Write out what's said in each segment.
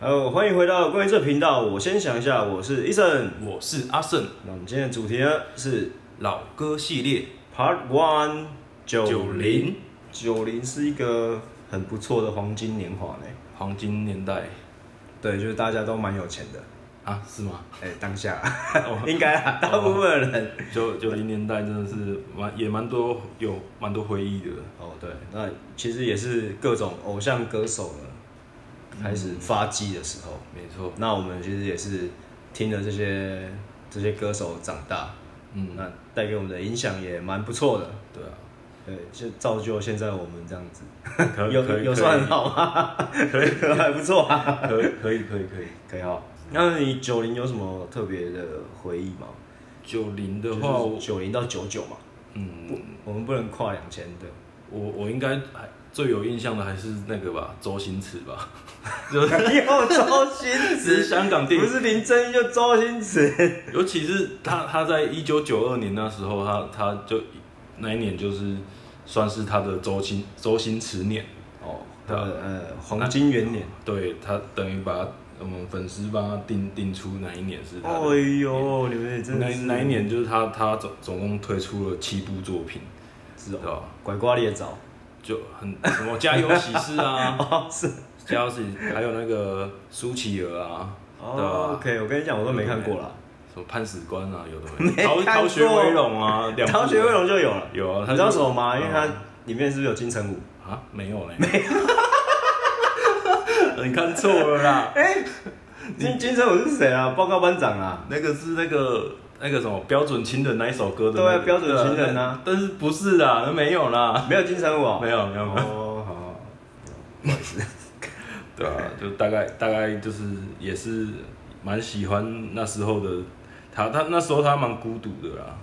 好，欢迎回到关于这频道。我先想一下，我是 Eason。我是阿胜，那我们今天的主题呢是老歌系列 Part One 九零九零是一个很不错的黄金年华呢。黄金年代对，就是大家都蛮有钱的。啊，是吗？哎、当 下应该啦，大部分人。九九零年代真的是蛮也蛮多有蛮多回忆的，哦，对，那其实也是各种偶像歌手呢开始发迹的时候。没错，那我们其实也是听了这些这些歌手长大，嗯，那带给我们的影响也蛮不错的。对啊，对，就造就现在我们这样子，可以有可以有算很好吗？ 可以，还不错啊，可以可以可以可以。可以哈。那你九零有什么特别的回忆吗？九零的话，就我是九零到九九嘛，嗯，我们不能跨两千 的。我我应该还最有印象的还是那个吧，周星驰吧，有周星 是驰，香港电不影，是林正英就周星驰。尤其是他他在一九九二年那时候，他他就那一年就是算是他的周星周星驰年。哦，对啊呃，黄金元年。对他等于把我们粉丝帮他定定出哪一年是他哎的，呦，你们也真啊嗯哪的一是哪一年就是他他总总共推出了七部作品，是对啊哦，吧？拐瓜裂枣。就很什么家有喜 事啊，哦，是。家有喜还有那个舒淇儿啊，对哦吧？ ，OK，我跟你讲，我都没看过啦。什么判死官啊，有的没没有，逃看过逃学威龙啊，两部逃学威龙就有了。有啊，你他知道什么吗？嗯因为它里面是不是有金城武？啊没有嘞， 你看错了啦，哎，金金城武是谁啊？报告班长啊！那个是那个那个什么标准情人那一首歌的、那个对啊标准情人啊对但是不是啦，那没有啦，没有金城武啊？没有没有没有，哦，好好，对啊，就大概大概就是也是蛮喜欢那时候的他，他那时候他蛮孤独的啦，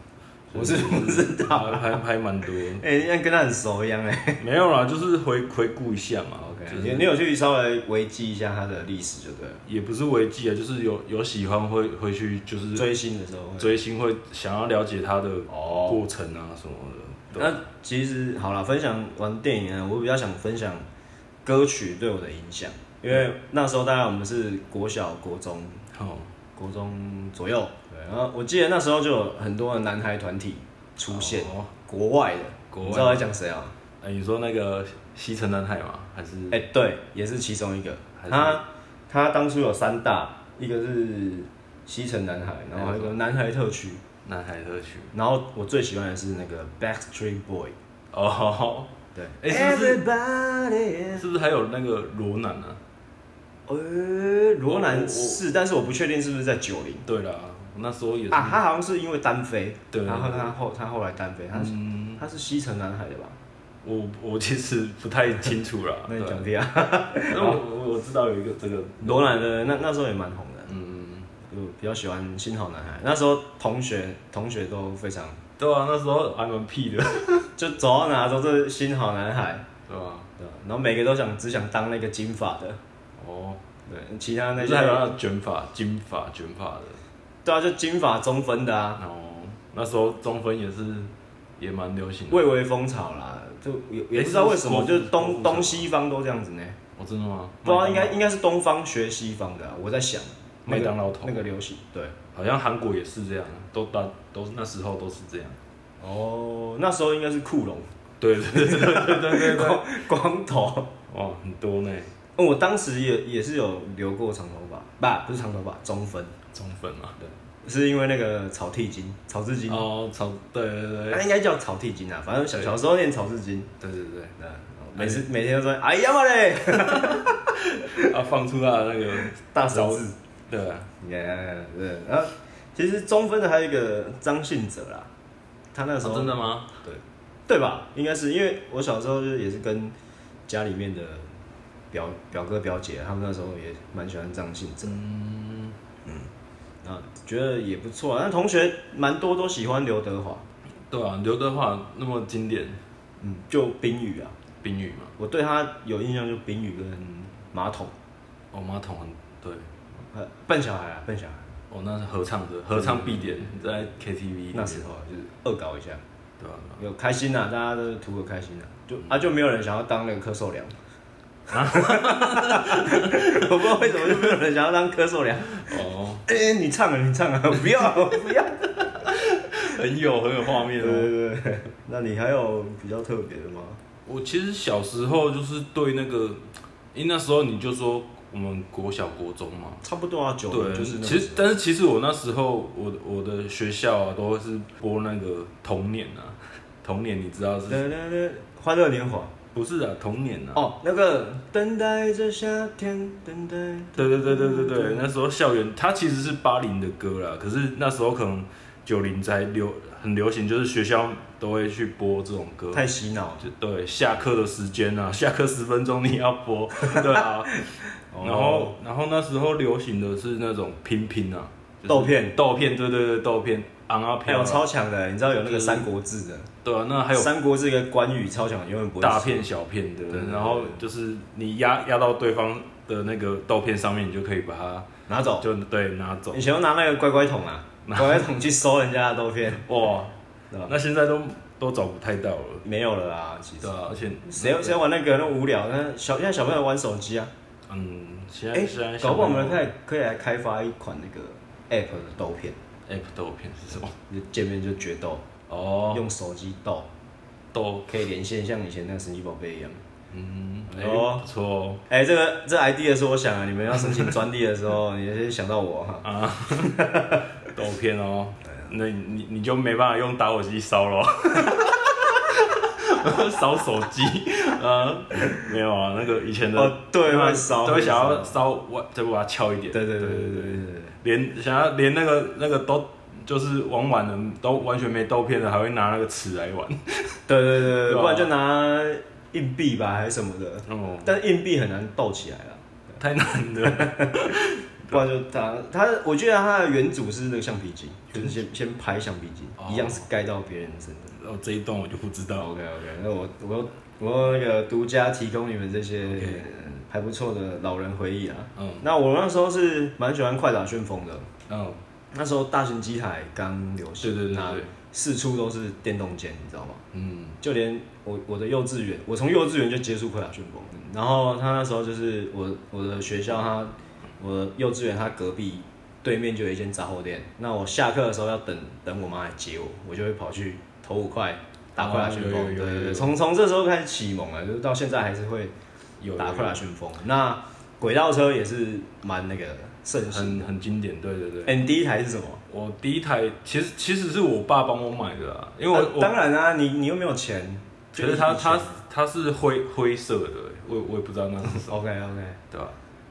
我是不知道还还还蛮多，哎，你像跟他很熟一样哎。没有啦，就是回回顾一下嘛 OK，就你是你有去稍微维基一下他的历史就对了。也不是违纪啊，就是有有喜欢会会去就是追星的时候会，追星会想要了解他的哦过程啊什么的，对那其实好了，分享完电影啊呢，我比较想分享歌曲对我的影响，因为那时候大概我们是国小、国中、好国中左右，对，然后我记得那时候就有很多的男孩团体出现，哦国外的，国外的你知道我在讲谁啊？哎、你说那个西城男孩吗？还是哎、对，也是其中一个还。是他他当初有三大，一个是西城男孩，然后还有一个男孩特区，男孩特区？然后我最喜欢的是那个 Backstreet Boy，哦，对，哎是不是 Everybody 是不是还有那个罗南啊？呃，罗我南我是，但是我不确定是不是在九零对啦，那时候也是，啊，他好像是因为单飞，对然后他后他后来单飞，他是嗯，他是西城男孩的吧？。我我其实不太清楚啦那你讲对，屁啊！那我我我知道有一个这个， 罗南的那那时候也蛮红的，嗯，就比较喜欢新好男孩。那时候同学同学都非常，对啊，那时候还蛮屁的，就走到哪都是新好男孩，对吧？对啊吧，然后每个都想只想当那个金发的，哦，对，其他那那些是还有那卷发、金发、卷发的，对啊，就金发中分的啊，然后那时候中分也是也蛮流行的。蔚为风潮啦，就也也不知道为什么，就是东东西方都这样子呢。啊哦，真的吗？不知道应该应该是东方学西方的啊、我在想麦当劳头那个流行，对，好像韩国也是这样，都大都那时候都是这样。哦，那时候应该是酷龙对对对对对对对，光 光头，哇，很多呢，嗯我当时也也是有留过长头发，不不是长头发，中分，中分嘛。是因为那个草剃金，草字经，哦，草，对对对它、应该叫草剃金啊，反正小对小时候念草字经，对对对对然后每次每天都说哎呀嘛 嘞，对，啊，放出他的那个，大勺子，对啊，耶、哎对，然后其实中分的还有一个张信哲啦，他那时候、哦真的吗？对，对吧？应该是因为我小时候就也是跟家里面的表表哥表姐，他们那时候也蛮喜欢张信哲，嗯，啊，觉得也不错啊。但同学蛮多都喜欢刘德华，对啊，刘德华那么经典，嗯，就冰雨啊，冰雨嘛，我对他有印象就冰雨跟马桶，我马桶很对，呃，笨小孩啊，笨小孩，哦，那是合唱的，合唱必点，在 KTV 那时候啊就是恶搞一下，对吧？嗯啊有开心呐、啊，大家都图个开心呐、啊，就啊就没有人想要当那个柯受良，我不知道为什么就没有人想要当柯受良。哦，哎、你唱啊，你唱 啊，不要，我不 要。很有很有画面对哦。对对，那你还有比较特别的吗？我其实小时候就是对那个，因为那时候你就说我们国小国中嘛，差不多啊，九对，就是那其实种但是其实我那时候我的我的学校啊都是播那个童年啊， 童年你知道是噔噔噔，欢乐年华。不是啊？童年啊，哦，那个等待着夏天，等待。对对对对对对，那时候校园它其实是八零的歌啦，可是那时候可能九零在流很流行，就是学校都会去播这种歌。太洗脑了。就对，下课的时间啊， 下课十分钟你要播， 对啊。哦然后，然后那时候流行的是那种拼拼啊，就是豆片豆片，对对对，豆片，昂啊还飘有啊，哎超强的，你知道有那就个《是三国志》的，对啊，那还有三国志》跟关羽超强，永远不会大死片小片的对对，对然后就是你压压到对方的那个豆片上面，你就可以把它拿走。就对拿走以。前都拿那个乖乖桶 啊，乖乖桶去收人家的豆片，哇对啊吧，那现在都都找不太到了，没有了啊，其实对。啊，而且谁谁玩那个那无聊？那小现在小朋友玩手机啊，嗯，现在哎现在，搞不好我们可看以可以来开发一款那个 app 的豆片， app 豆片是什么？就见面就决斗，哦，用手机斗，豆，可以连线，像以前那个神奇宝贝一样。嗯，哎，哦不错哦。哎、这个这 idea 是我想啊，你们要申请专利的时 候，你先想到我啊哈。啊豆片哦，那你你你就没办法用打火机烧咯， 烧手机，呃，没有啊，那个以前的哦对啊会烧都会想会烧要烧，我再把它敲一点，对对对对对对啊对。连想要连那个那个都就是玩完了都完全没豆片的，还会拿那个尺来玩，对对对，对啊不然就拿硬币吧，还是什么的。哦，但是硬币很难斗起来了，太难了， 不然就它它，我觉得它的原主是那个橡皮筋，就是先先拍橡皮筋，嗯哦一样是盖到别人身上。哦，这一段我就不知道， OK OK，那我我我那个独家提供你们这些 OK 呃还不错的老人回忆啊。嗯那我那时候是蛮喜欢快打旋风的，嗯，那时候大型机台刚流行，对对对那对四处都是电动键，你知道吗？嗯，就连我我的幼稚园，我从幼稚园就接触快打旋风，然后他那时候就是我我的学校他我的幼稚园他隔壁对面就有一间杂货店，那我下课的时候要等等我妈来接我，我就会跑去投五块打快打旋风，哦有有有对对有对，有从从这时候开始启蒙了，就是到现在还是会有打有快打旋风。那轨道车也是蛮那个盛行很的，很经典，对对对。哎，你第一台是什么？我第一台其实其实是我爸帮我买的啊，因为啊我我当然啊，你你又没有钱，觉得就它一笔它钱它是灰灰色的，我我也不知道那是 什么， OK OK，对吧？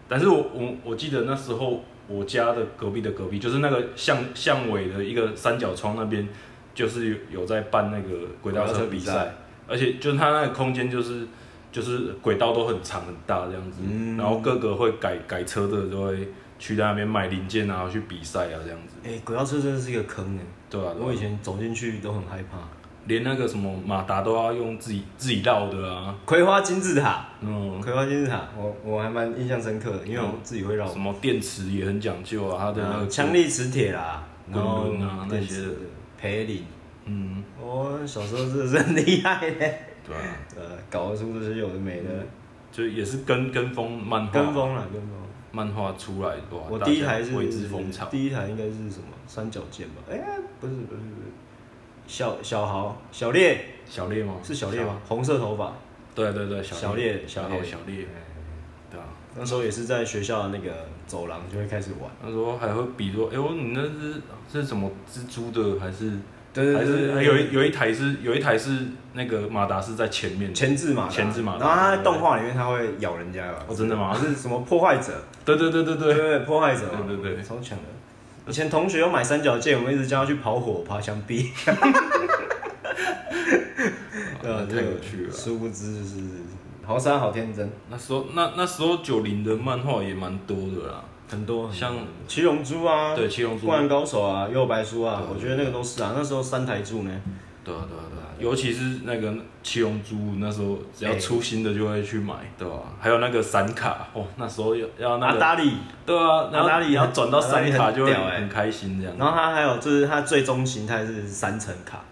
但是我我我记得那时候我家的隔壁的隔壁，就是那个巷巷尾的一个三角窗那边，就是有有在办那个轨道车比轨道车赛，而且就是它那个空间就是就是轨道都很长很大这样子，嗯然后各个会改改车的都会去那边买零件啊，去比赛啊这样子，哎、轨道车真的是一个坑哎、对吧、啊？对啊我以前走进去都很害怕。连那个什么马达都要用自己自己绕的啊，葵花金字塔，嗯，葵花金字塔，我我还蛮印象深刻的，因为我自己会绕。什么电池也很讲究啊，它的那啊个强，力磁铁啦，滚然后轮啊那电些池的的培林，嗯，我、小时候真的是很厉害嘞、对啊， 呃，搞得出这些有的没的，就也是跟跟风漫画，跟风啦，跟风。漫画出来的话，我嗯大第一家台是为之风潮，第一台应该是什么三角剑吧？哎、不是不是不是，小小豪小烈哦小烈吗？是小烈吗？红色头发，对对对，小烈烈小烈烈哎小烈，对啊，那时候也是在学校的那个走廊就会开始玩。那时候还会比说，哎呦，你那是是什么蜘蛛的还是？对还对对是还有一有一台是有一台是那个马达是在前面的，前置马达，前置马达然后它在动画里面它会咬人家吧？哦，真的吗？ 是什么破坏者？对对对对对对，对，破坏者嘛，对对对超强的。以前同学有买三角剑，我们一直叫他去跑火、爬墙壁。 对 啊，太有趣了。殊不知就是好傻好天真，那时候那那时候九零的漫画也蛮多的啦，很多像七龙珠啊，对七龙珠，对灌啊篮高手啊，幽游白书啊对，对我觉得那个都是啊。那时候三台柱呢，对啊对啊，尤其是那个七龙珠，那时候只要出新的就会去买，对吧、还有那个闪卡，哦，那时候要要那啊阿个，达利，对啊，然阿后达利你要转到阿达利闪卡就会很屌欸很开心这样。然后它还有就是它最终形态是三层卡，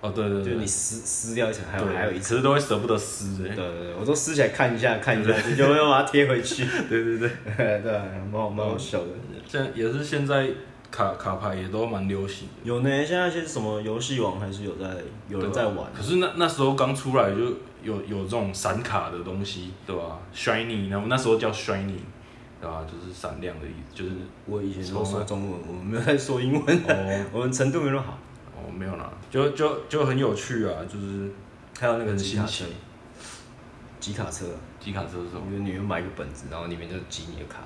哦，对对就是你对，撕撕掉一层，还有对还有一层。可是都会舍不得撕对哎。对对，我都撕起来看一下看一下，就没有把它贴回去。 对对对， 对，啊蛮好蛮好笑的。现也是现在卡卡牌也都蛮流行的。有呢，现在一些什么游戏王还是有在有人在玩。啊可是那那时候刚出来就有有这种闪卡的东西，对吧？Shiny，然后那时候叫 Shiny，对吧？就是闪亮的意 思，就是我以前都说中文，我们没有在说英文， 哦我们程度没那么好。哦没有啦，就就就很有趣啊，就是还有那个吉卡很车新奇，吉卡车啊，集卡车是什我么？觉得你们买一个本子，然后里面就集你的卡，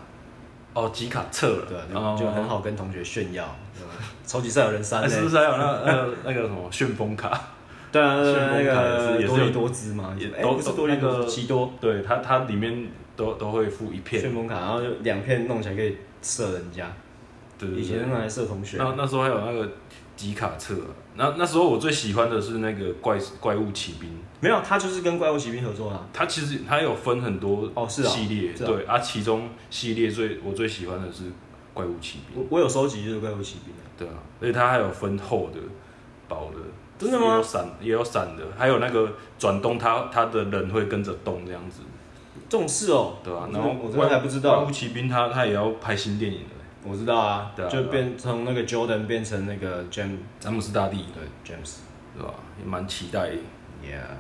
哦，集卡册了，对啊，哦就就很好跟同学炫耀。对吧超级赛亚人三哎呢是不是还有那 呃那个什么旋风卡？对啊，对啊那旋风卡也是个也是多有利多姿嘛，也哎都不是都多利多那个姿，奇多对，它它里面都都会附一片，旋风卡，然后就两片弄起来可以射人家。对对以前对。用来射同学，那那时候还有那个集卡册啊，那那时候我最喜欢的是那个怪怪物骑兵。没有，他就是跟怪物骑兵合作啊。它其实它有分很多哦是啊系列，是啊对啊，其中系列最我最喜欢的是怪物骑兵，我我有收集就是怪物骑兵啊，对啊，而且它还有分厚的、薄的，真的吗也有闪，也有闪的，还有那个转动它，它的人会跟着动这样子，这种事哦，对啊我，真然的后我真怪的物还不知怪道，物骑兵它它也要拍新电影的，我知道啊对，啊就对啊变从那个 Jordan 变成那个 James，詹姆斯大帝，对 James，yeah，对吧？也蛮期待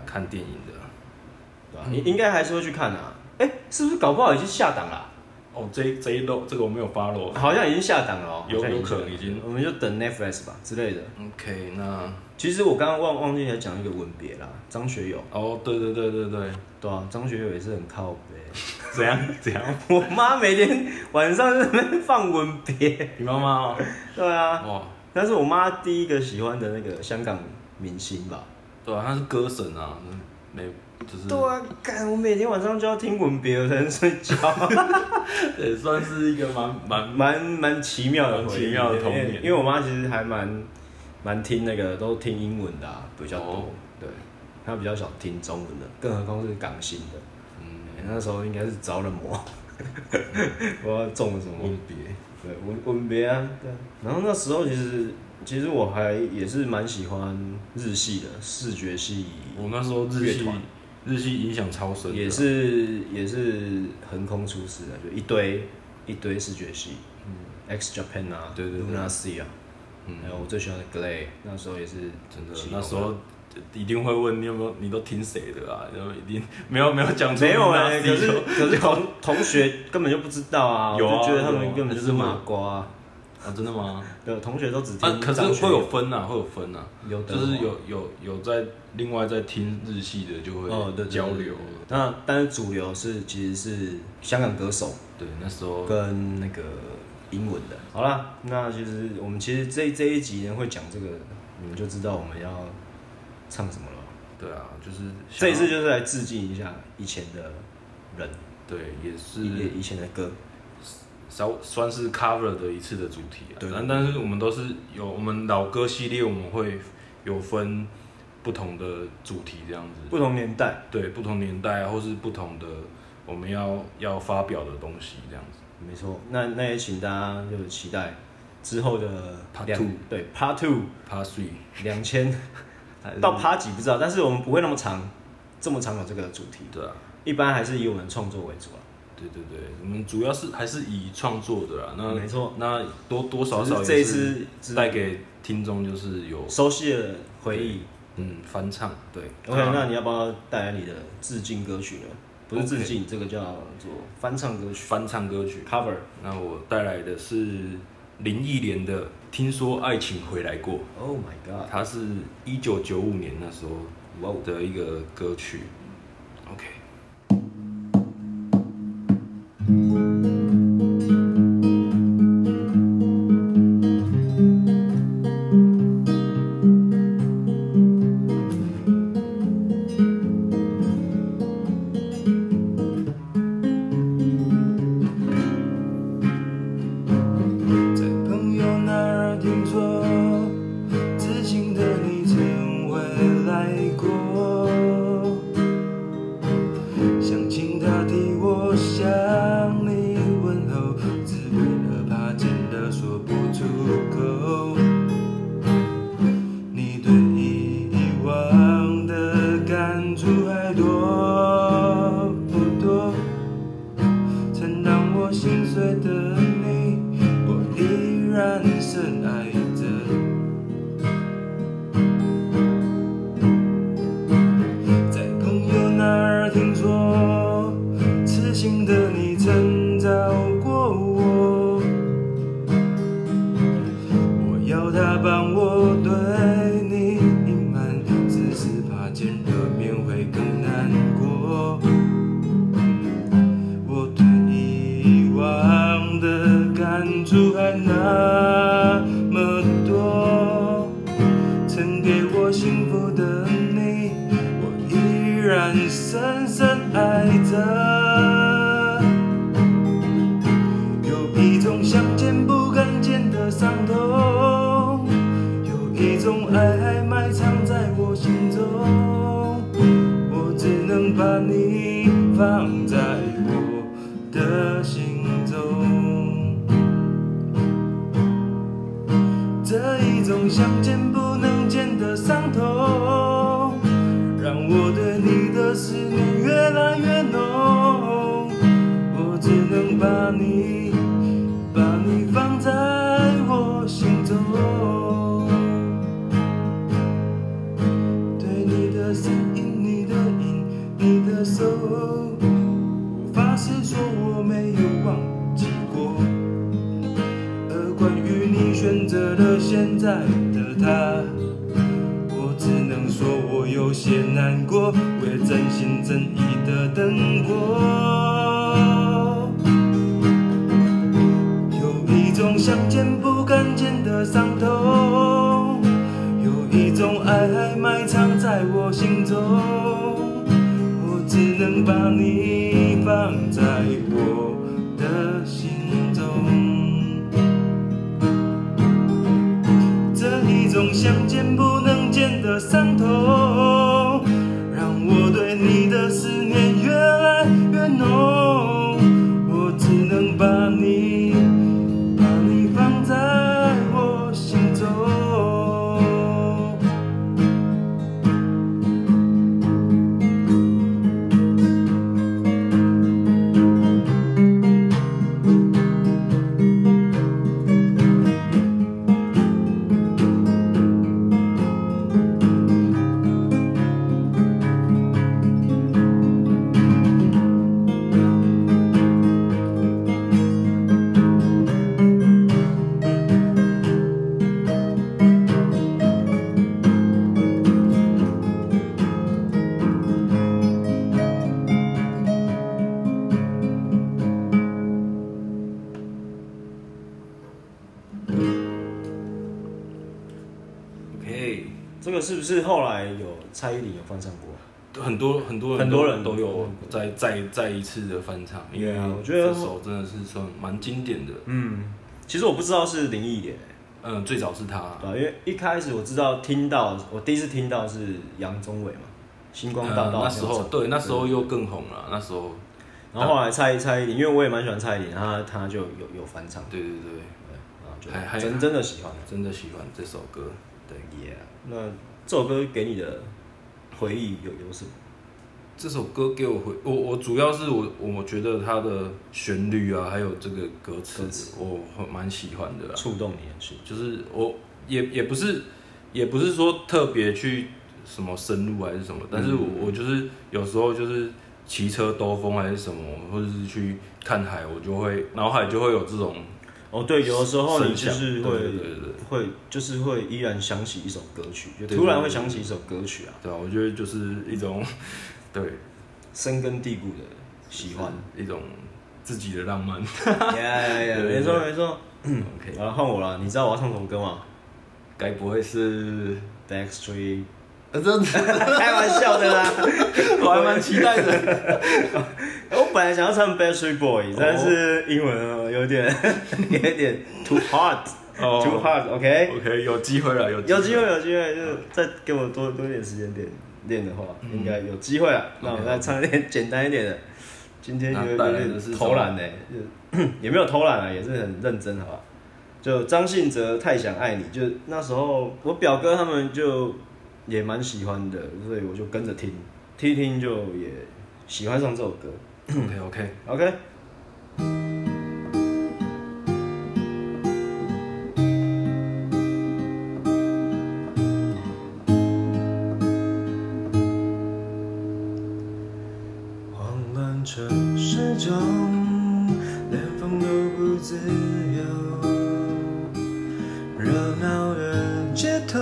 看电影的。对嗯吧？应应该还是会去看啊。哎，是不是搞不好已经下档了啊？哦，这一这一漏这个我没有 follow。好像已经下档了哦，有好像有可能已经我们就等 Netflix 吧之类的。 OK，那其实我刚刚忘忘记还讲一个吻别啦，张学友，哦，对对对对对，对啊，张学友也是很靠北。怎样 怎样？ 我妈每天晚上在那边放吻 别，你妈妈哦对啊，哇，那是我妈第一个喜欢的那个香港明星吧？对啊，他是歌神啊，没就是对啊，干我每天晚上就要听吻别我才能睡觉， 也算是一个蛮蛮 蛮蛮奇妙的回忆蛮奇妙的童年因为因为我妈其实还蛮蛮听那个都听英文的、啊、比较多，哦对，她比较少听中文的，更何况是港星的。欸嗯那时候应该是着了 魔，我要中了什么？吻别对，吻吻别啊，对啊。然后那时候其实其实我还也是蛮喜欢日系的视觉系，我那时候日乐系啊团日系影响超深的，也是也是横空出世的，就一堆一堆视觉系，嗯，X Japan 啊，对对对 l u n a Sea 啊，嗯还有我最喜欢的 Glay，那时候也是真的喜欢那时候。一定会问你有没有，你都听谁的啊？然后一定没有没有讲出没有哎、哎、可是可是同同学根本就不知道啊，有啊我就觉得他有们啊根本就是麻瓜、啊，啊，真的吗？对，同学都只啊，听可张是学友。会有分啊，会有分啊，有的就是哦有有有在另外在听日系的就哦对会对交流，那但是主流是其实是香港歌手对，那时候跟那个英文的。好啦，那就是我们其实这这一集呢会讲这个，你们就知道我们要唱什么了吧。对啊，就是这一次想就是来致敬一下以前的人，对也是以以前的歌。稍算是 cover 的一次的主题啊。对但但是我们都是有我们老歌系列，我们会有分不同的主题这样子，不同年代，对，不同年代啊或是不同的我们要要发表的东西这样子。没错。那那也请大家就期待之后的 Part 两 two 对 Part Two Part Three 两千还是到 Part 几不知道，但是我们不会那么长，这么长有这个主题，对啊，一般还是以我们创作为主啊。对对对，我们主要是还是以创作的啊啦。那没错，那多多少少只是这一也是次只是带给听众就是有熟悉的回忆。嗯翻唱对啊 OK，那你要不要带来你的致敬歌曲呢？不是致敬，这个叫做翻唱歌曲翻唱歌曲。 cover。那我带来的是林忆莲的《听说爱情回来过》， Oh my god！它是一九九五年那时候哇哦！的一个歌曲。OK，在朋友那儿听说，知情的你曾回来过。深爱着。在朋友那儿听说，痴心的你曾找过我，我要他帮我对你隐瞒，只是怕见了面会更难过。我对以往的感触还那么多，曾给我幸福的你，我依然深深爱着。有一种想见不敢见的伤痛，有一种爱还埋藏在我心中。我只能把你放在我的心中。这一种想见不能见的伤痛，让我对你的思念越来越浓。我只能把你，把你放在我心中。对你的声音，你的影，你的手，我发誓说我没有忘记过。而关于你选择了现在的他，我只能说我有些难过，我也真心真意的等过。有一种想见不敢见的伤痛，有一种爱还埋藏在我心中，我只能把你放在我的心中。这一种想见不能见的伤痛，让我对你的思念越来越浓。我只能把你，把你放在我心中。 OK，这个是不是后来有蔡依林有翻唱过？很多很多很多人都有再再再一次的翻唱，因为 Yeah，我觉得这首真的是算蛮经典的。嗯，其实我不知道是林忆莲、嗯，最早是他，对、啊，因为一开始我知道听到，我第一次听到是杨宗纬嘛，《星光大道》嗯那时候唱对，那时候又更红了，那时候然后后来蔡蔡依林，因为我也蛮喜欢蔡依林，她她就有有翻唱，对对对，对，然后就还还真真的喜欢了。真的喜欢这首歌。对， Yeah，那这首歌给你的回忆有有什么？这首歌给我回我我主要是我我觉得它的旋律啊，还有这个歌词歌，词我很蛮喜欢的啦。啊触动你的事？就是我也也不是也不是说特别去什么深入还是什么，但嗯是我我就是有时候就是骑车兜风还是什么，或者是去看海，我就会脑海就会有这种哦，对，有的时候你就声响是对会对对对会就是会依然想起一首歌曲，就对突然对会对想起一首歌曲啊，对啊，我觉得就是 一种对深根蒂固的喜 欢。一种自己的浪漫。 Yeah，yeah，yeah，对对没错没错。 OK，好了，换我了，你知道我要唱什么歌吗该不会是？ ？Backstreet，呃真的， 开玩笑的 啦。我还蛮期待的。 我本来想要唱 Backstreet Boy，但是英文哦有点 有点 too hard，too 哦 hard，OK。 OK，有机会了，有有机会，有机会，就是再给我多多一点时间练练的话，嗯应该有机会啊。那我们再唱一点简单一点的。今天有有那带来的是点偷懒呢、就是 也没有偷懒啊，也是很认真，好吧？就张信哲《太想爱你》，就那时候我表哥他们就也蛮喜欢的，所以我就跟着听，听一听就也喜欢上这首歌。 OK OK， OK，自由。热闹的街头，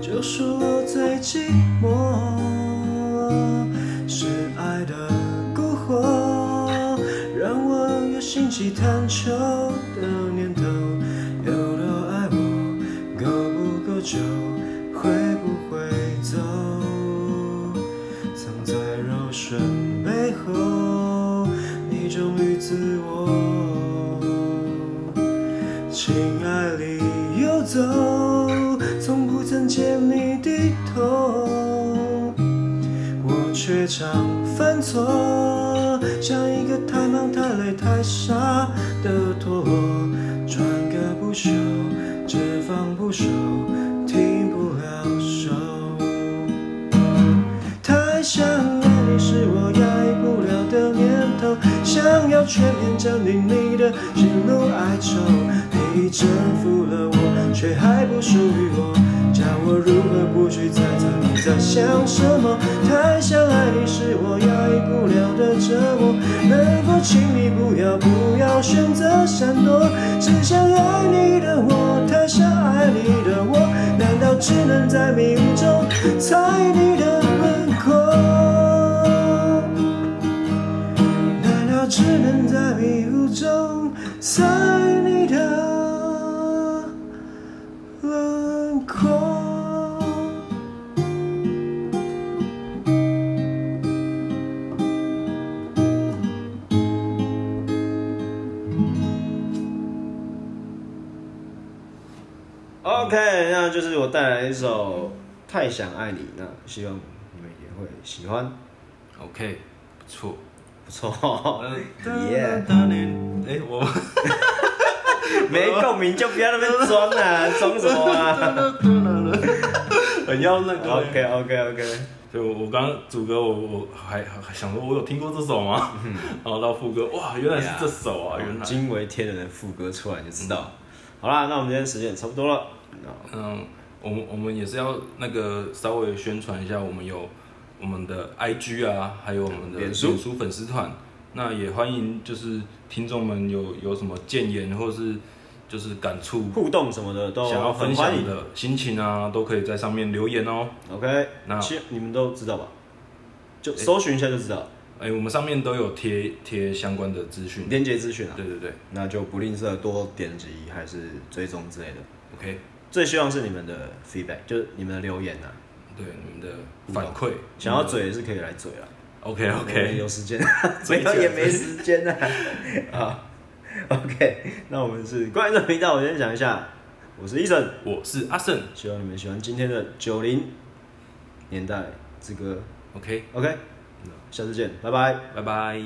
就是我最寂寞。是爱的蛊惑，让我有心悸探求的念头。有多爱我，够不够久，会不会走？藏在柔顺背后，你忠于自我。情爱里游走，从不曾见你低头，我却常犯错，像一个太忙、太累、太傻的陀螺，转个不休，只放不收，停不了手。太想念你是我压抑不了的念头，想要全面占领你的喜怒哀愁。你已征服了我，却还不属于我，叫我如何不去猜测你在想什么？太想爱你是我压抑不了的折磨，能否请你不要不要选择闪躲？只想爱你的我，太想爱你的我，难道只能在迷雾中猜你的轮廓？难道只能在迷雾中猜你的轮廓？ OK，那就是我带来一首《太想爱你》，那希望你们也会喜欢， OK，不错。不错，嗯 耶、 哎，我没共鸣就不要那边装啊，装什么啊很要那个。 ？OK OK OK，就我刚刚主歌我，我还还想说，我有听过这首吗？嗯然后到副歌，哇，原来是这首啊，原来。哦惊为天人的副歌出来就知道。好啦，那我们今天时间也差不多了，那嗯，我们我们也是要那个稍微宣传一下，我们有我们的 IG 啊，还有我们的脸书粉丝团。那也欢迎就是听众们有有什么建言或是就是感触，互动什么的都想要很分欢享迎。的心情啊，都可以在上面留言哦。 OK，那其实你们都知道吧？就搜寻一下就知道，哎、我们上面都有贴贴相关的资讯。连接资讯啊，对对对那就不吝啬多点击还是追踪之类的。 ，OK，最希望是你们的 feedback，就是你们的留言啊，对你们的反馈，想要嘴也是可以来嘴啊啦。 OK 我们 OK，有时 间，没有也没时间 啊。啊，OK，那我们是关于这个频道，我先讲一下，我是医生，我是阿胜希望你们喜欢今天的九零年代之歌。 ，OK， OK，下次见，拜拜。拜拜。